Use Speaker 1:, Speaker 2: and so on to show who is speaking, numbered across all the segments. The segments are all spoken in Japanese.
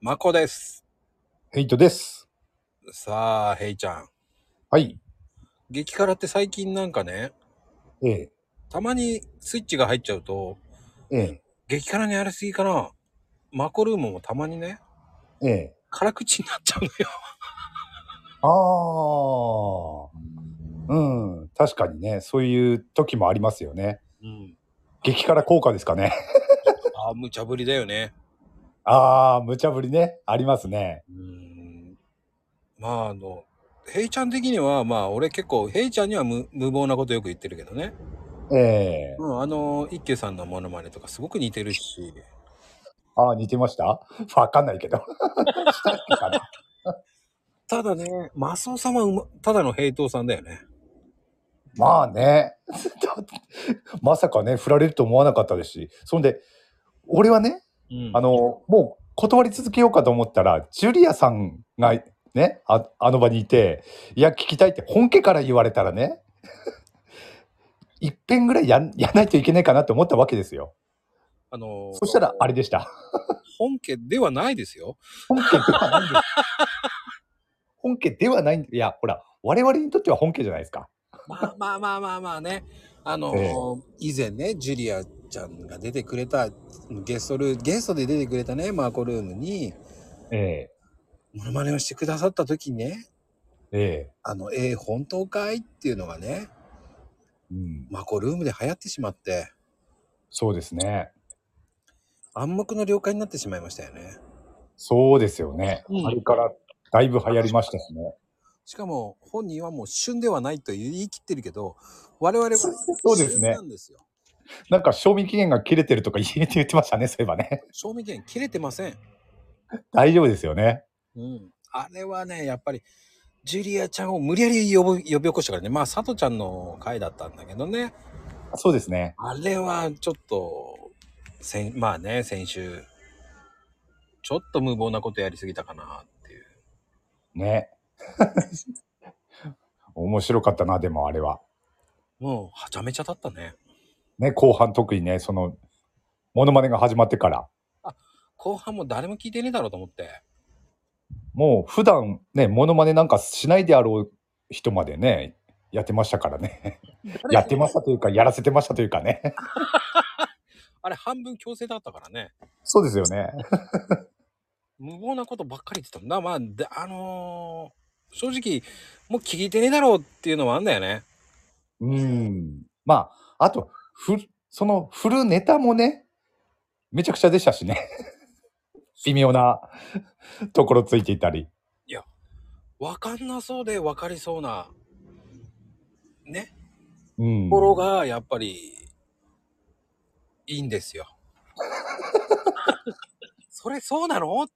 Speaker 1: まこです。
Speaker 2: ヘイトです。
Speaker 1: さあ、ヘイちゃん。
Speaker 2: はい。
Speaker 1: 激辛って最近なんかね、
Speaker 2: ええ。
Speaker 1: たまにスイッチが入っちゃうと、
Speaker 2: ええ。
Speaker 1: 激辛にやりすぎかな。マコルームもたまにね、
Speaker 2: ええ。
Speaker 1: 辛口になっちゃうのよ。
Speaker 2: ああ。うん。確かにね、そういう時もありますよね。
Speaker 1: うん。
Speaker 2: 激辛効果ですかね。
Speaker 1: ああ、無茶ぶりだよね。
Speaker 2: ああ、無茶ぶりね。ありますね。
Speaker 1: うん。まあ、あの、ヘイちゃん的には、まあ、俺結構、ヘイちゃんには無無謀なことよく言ってるけどね。
Speaker 2: ええ。
Speaker 1: うん、あの、一休さんのモノマネとかすごく似てるし。
Speaker 2: ああ、似てましたわかんないけど。
Speaker 1: ただね、マスオさんはうまただのヘイトーさんだよね。
Speaker 2: まあね。 まさかね、振られると思わなかったですし。そんで、俺はね、
Speaker 1: うん
Speaker 2: あ、の、もう断り続けようかと思ったら、ジュリアさんがね、ああの場にいて、いや、聞きたいって本家から言われたらね、 一遍ぐらいやんやんないといけないかなって思ったわけですよ。
Speaker 1: あの
Speaker 2: そしたら、あれでした。
Speaker 1: 本家ではないですよ。
Speaker 2: 本家ではないんです。 本家ではないんいや、ほら、我々にとっては本家じゃないですか。
Speaker 1: まあまあまあまあまあね。あの、
Speaker 2: ええ
Speaker 1: 以前ね、ジュリアちゃんが出てくれた、ゲストルー、ゲストで出てくれたね、マーコルームに、
Speaker 2: え
Speaker 1: モノマネをしてくださった時にね、
Speaker 2: ええ
Speaker 1: あの、ええ本当かいっていうのがね、
Speaker 2: えうん。
Speaker 1: マコルームで流行ってしまって、
Speaker 2: そうですね。
Speaker 1: 暗黙の了解になってしまいましたよね。
Speaker 2: そうですよね。
Speaker 1: うん
Speaker 2: あれからだいぶ流行りましたしね。
Speaker 1: しかも、本人はもう旬ではないと言い切ってるけど、我々は
Speaker 2: そうですね
Speaker 1: 旬なんですよ。
Speaker 2: なんか賞味期限が切れてるとか言えて言ってましたね、そういえばね。
Speaker 1: 賞味期限切れてません。
Speaker 2: 大丈夫ですよね。
Speaker 1: うん、あれはねやっぱりジュリアちゃんを無理やり呼ぶ呼び起こしたからねまあ佐藤ちゃんの回だったんだけどね
Speaker 2: そうですね。
Speaker 1: あれはちょっと先まあね先週ちょっと無謀なことやりすぎたかなっていう
Speaker 2: ね。 面白かったな、でもあれは。
Speaker 1: もうはちゃめちゃだったね
Speaker 2: ね、後半特にね、その、モノマネが始まってから、
Speaker 1: 後半も誰も聞いてねえだろうと思って
Speaker 2: もう普段ね、モノマネなんかしないであろう人までね、やってましたか らね。やってましたというか、やらせてましたというかね。
Speaker 1: あれ半分強制だったからね
Speaker 2: そうですよね。
Speaker 1: 無謀なことばっかり言ってたんだまあであのー正直もう聞いてねえだろうっていうのはあんだよね
Speaker 2: うん。まあ、あと、ふ、その、振るネタもね、めちゃくちゃでし たしね。微妙なところついていたり。
Speaker 1: わかんなそうでわかりそうなね
Speaker 2: うん。
Speaker 1: ところがやっぱりいいんです よ。それそうなのっ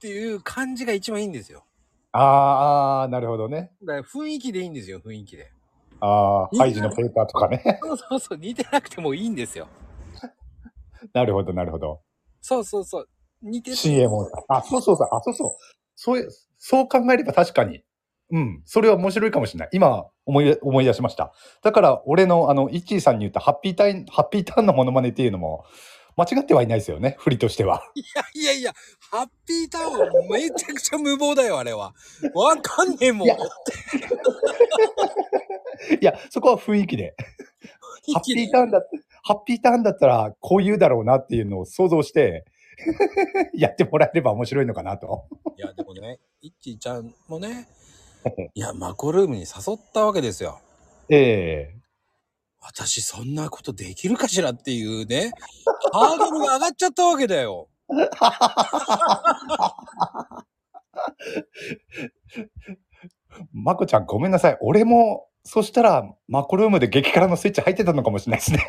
Speaker 1: ていう感じが一番いいんですよ。
Speaker 2: あーあー、なるほどね。
Speaker 1: だから雰囲気でいいんですよ、雰囲気で。
Speaker 2: ああ、
Speaker 1: みんな
Speaker 2: ハイジのペーパーとか ね。
Speaker 1: そうそうそう、似てなくてもいいんですよ。
Speaker 2: なるほど、なるほど。
Speaker 1: そうそうそう、似てる。
Speaker 2: CM を。あ、そうそうそう、あ、そうそう。そういう、そう考えれば確かに。うん。それは面白いかもしれない。今、思い、思い出しました。だから、俺の、あの、イッチーさんに言ったハッピーターン、ハッピーターンのモノマネっていうのも、間違ってはいないですよね。振りとしては。
Speaker 1: いやいやいや、ハッピータウンはめちゃくちゃ無謀だよ、あれは。わかんねえもん
Speaker 2: い。やいや、そこは雰囲気で。ハッピーターンだって、ハッピーターンだったら、こう言うだろうなっていうのを想像して、 やってもらえれば面白いのかなと。
Speaker 1: いや、でもね、いっちーちゃんもね、いや、マコルームに誘ったわけですよ。
Speaker 2: ええ
Speaker 1: 私そんなことできるかしらっていうね、ハードルが上がっちゃったわけだよ。
Speaker 2: まこちゃんごめんなさい。俺も、そしたら、マコルームで激辛のスイッチ入ってたのかもしれない ですね。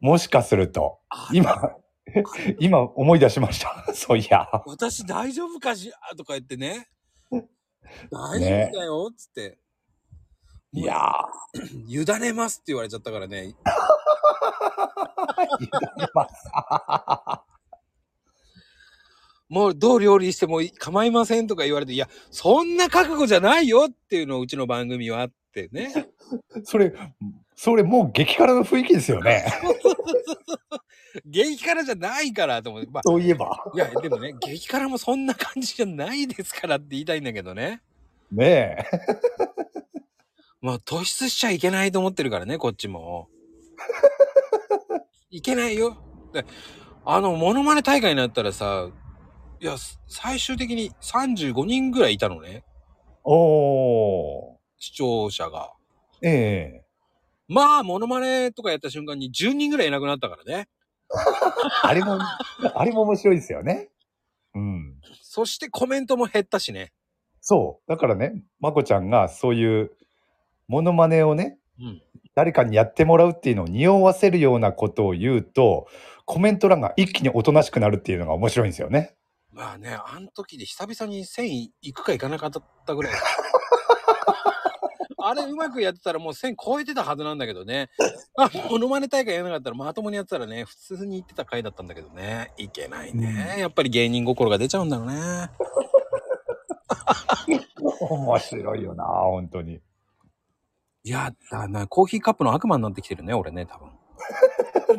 Speaker 2: もしかすると、今、今思い出しました。 そういや。
Speaker 1: 私大丈夫かしらとか言ってね。大丈夫だよっつって。
Speaker 2: いや
Speaker 1: 委ねますって言われちゃったから ね。もうどう料理しても構いませんとか言われて、いや、そんな覚悟じゃないよっていうのをうちの番組はあって ね。
Speaker 2: それ、それもう激辛の雰囲気ですよね。
Speaker 1: 激辛じゃないからと思って。まあ、
Speaker 2: そういえば。
Speaker 1: いや、でもね、激辛もそんな感じじゃないですからって言いたいんだけどね。
Speaker 2: ねえ。
Speaker 1: まあ、突出しちゃいけないと思ってるからね、こっちも。いけないよ。であの、モノマネ大会になったらさ、いや、す最終的に35人ぐらいいたのね、
Speaker 2: おー。
Speaker 1: 視聴者が。
Speaker 2: ええ
Speaker 1: まあ、モノマネとかやった瞬間に10人ぐらいいなくなったからね。
Speaker 2: あれも、あれも面白いですよね。うん。
Speaker 1: そしてコメントも減ったしね。
Speaker 2: そう。だからね、まこちゃんがそういうモノマネをね、
Speaker 1: うん
Speaker 2: 誰かにやってもらうっていうのを匂わせるようなことを言うと、コメント欄が一気におとなしくなるっていうのが面白いんですよね。
Speaker 1: まあね、あの時で久々に1000いくかいかなかったぐらい。あれうまくやってたらもう1000超えてたはずなんだけどね。あ、モノマネ大会やらなかったらまともにやってたらね、普通に行ってた回だったんだけどね。いけないね。やっぱり芸人心が出ちゃうんだろうね。
Speaker 2: 面白いよな、本当に。
Speaker 1: いや、だな、コーヒーカップの悪魔になってきてるね、俺ね、多分。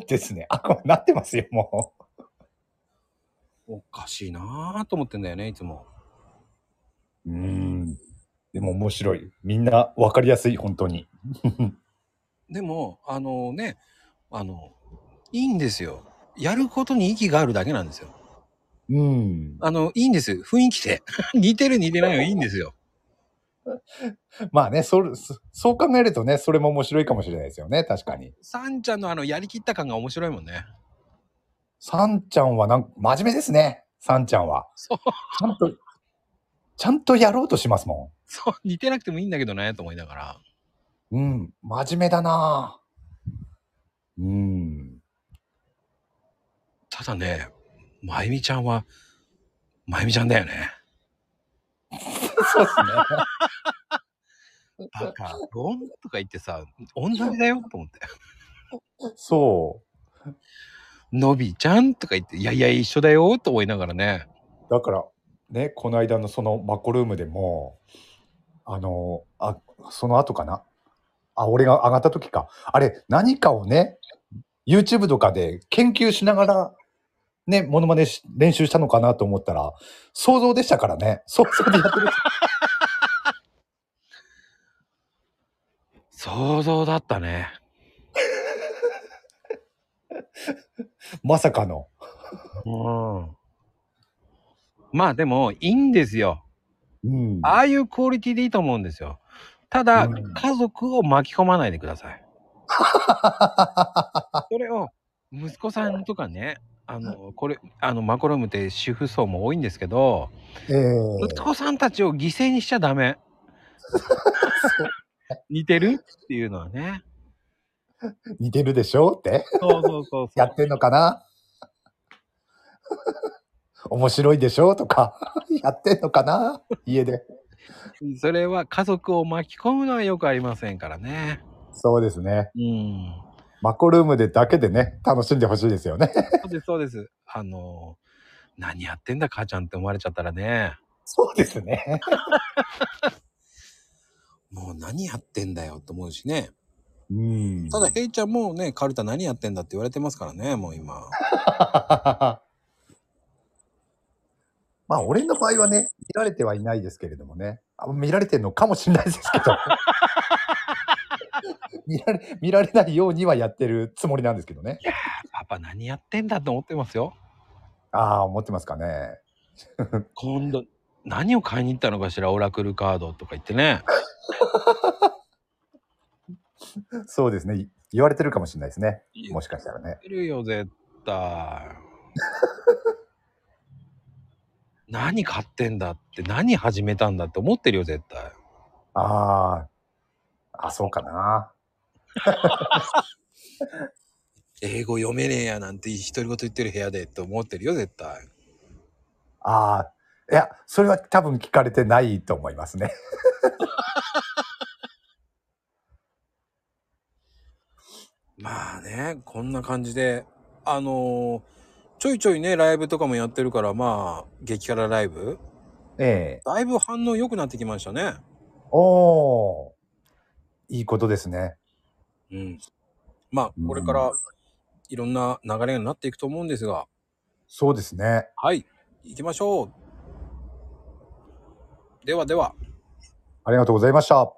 Speaker 2: ですね。あ、こうなってますよ、もう。
Speaker 1: おかしいなぁと思ってんだよね、いつも。
Speaker 2: うーん。でも面白い。みんな分かりやすい、本当に。
Speaker 1: でも、あのね、あの、いいんですよ。やることに意義があるだけなんですよ。
Speaker 2: うん。
Speaker 1: あの、いいんです。雰囲気で。 似てる似てないはいいんですよ。
Speaker 2: まあね、それそそう考えるとね、それも面白いかもしれないですよね、確かに。
Speaker 1: サンちゃんのあの、やりきった感が面白いもんね。
Speaker 2: さんちゃんはなんか真面目ですね、さんちゃんは。
Speaker 1: そう、
Speaker 2: ちゃんと、ちゃんとやろうとしますも
Speaker 1: そう、似てなくてもいいんだけどね、と思いながら。
Speaker 2: ん。うん、真面目だなぁうん。
Speaker 1: ただね、まゆみちゃんは、まゆみちゃんだよね。
Speaker 2: そうですね。
Speaker 1: バカ、ロンとか言ってさ、女だよ、と思って。
Speaker 2: そ
Speaker 1: のびちゃんとか言って、いやいや、一緒だよ、と思いながらね。
Speaker 2: う。だから、ね、この間のそのマコルームでも、あの、あ、その後かな。あ、俺が上がった時か。あれ、何かをね、YouTube とかで研究しながら、ね、モノマネし練習したのかなと思ったら、想像でしたからね。 想像でやってる。
Speaker 1: 想像だったね。
Speaker 2: まさかの。
Speaker 1: うん。まあでも、いいんですよ。
Speaker 2: うん。
Speaker 1: ああいうクオリティでいいと思うんですよ。ただ、
Speaker 2: うん
Speaker 1: 家族を巻き込まないでくださ い。それを、息子さんとかね、あの、これ、あの、マコロームって主婦層も多いんですけど、
Speaker 2: ええ
Speaker 1: 息子さんたちを犠牲にしちゃダ メ。似てるっていうのはね。
Speaker 2: 似てるでしょって
Speaker 1: そうそうそうそ
Speaker 2: や
Speaker 1: う
Speaker 2: っ。てんのかな 面白いでしょとか やってんのかな家で
Speaker 1: それは家族を巻き込むのはよくありませんからね。
Speaker 2: そうですね
Speaker 1: うん。
Speaker 2: マコルームでだけでね楽しんでほしいですよね
Speaker 1: そうです、そうです。あの、何やってんだ母ちゃんって思われちゃったらね。
Speaker 2: そうですね
Speaker 1: もう何やってんだよと思うしね。
Speaker 2: うん
Speaker 1: ただ、ヘイちゃんもね、カルタ何やってんだって言われてますからね、もう今。
Speaker 2: まあ俺の場合はね見られてはいないですけれどもねあ見られてるのかもしれないですけど 見られ見られないようにはやってるつもりなんですけどね
Speaker 1: パパ何やってんだと思ってますよ。
Speaker 2: ああ思ってますかね
Speaker 1: 今度、何を買いに行ったのかしら、オラクルカードとか言ってね。
Speaker 2: そうですね。い言われてるかもしれないですね。
Speaker 1: 言
Speaker 2: も
Speaker 1: っ
Speaker 2: しかしたらね。
Speaker 1: てるよ、絶対。 何買ってんだって、何始めたんだって思ってるよ、絶対。
Speaker 2: ああ。あ、そうかな。
Speaker 1: 英語読めねえやなんて独り言言ってる部屋でって思ってるよ、絶対。
Speaker 2: ああ。いや、それは多分聞かれてないと思いますね。
Speaker 1: まあね、こんな感じで、あのーちょいちょいね、ライブとかもやってるから、まあ、激辛ライブ、
Speaker 2: ええ
Speaker 1: だいぶ反応良くなってきましたね。
Speaker 2: おお。いいことですね。
Speaker 1: うん。まあ
Speaker 2: う、ん
Speaker 1: これから、いろんな流れになっていくと思うんですが、
Speaker 2: そうですね。
Speaker 1: はい、行きましょう。ではでは。
Speaker 2: ありがとうございました。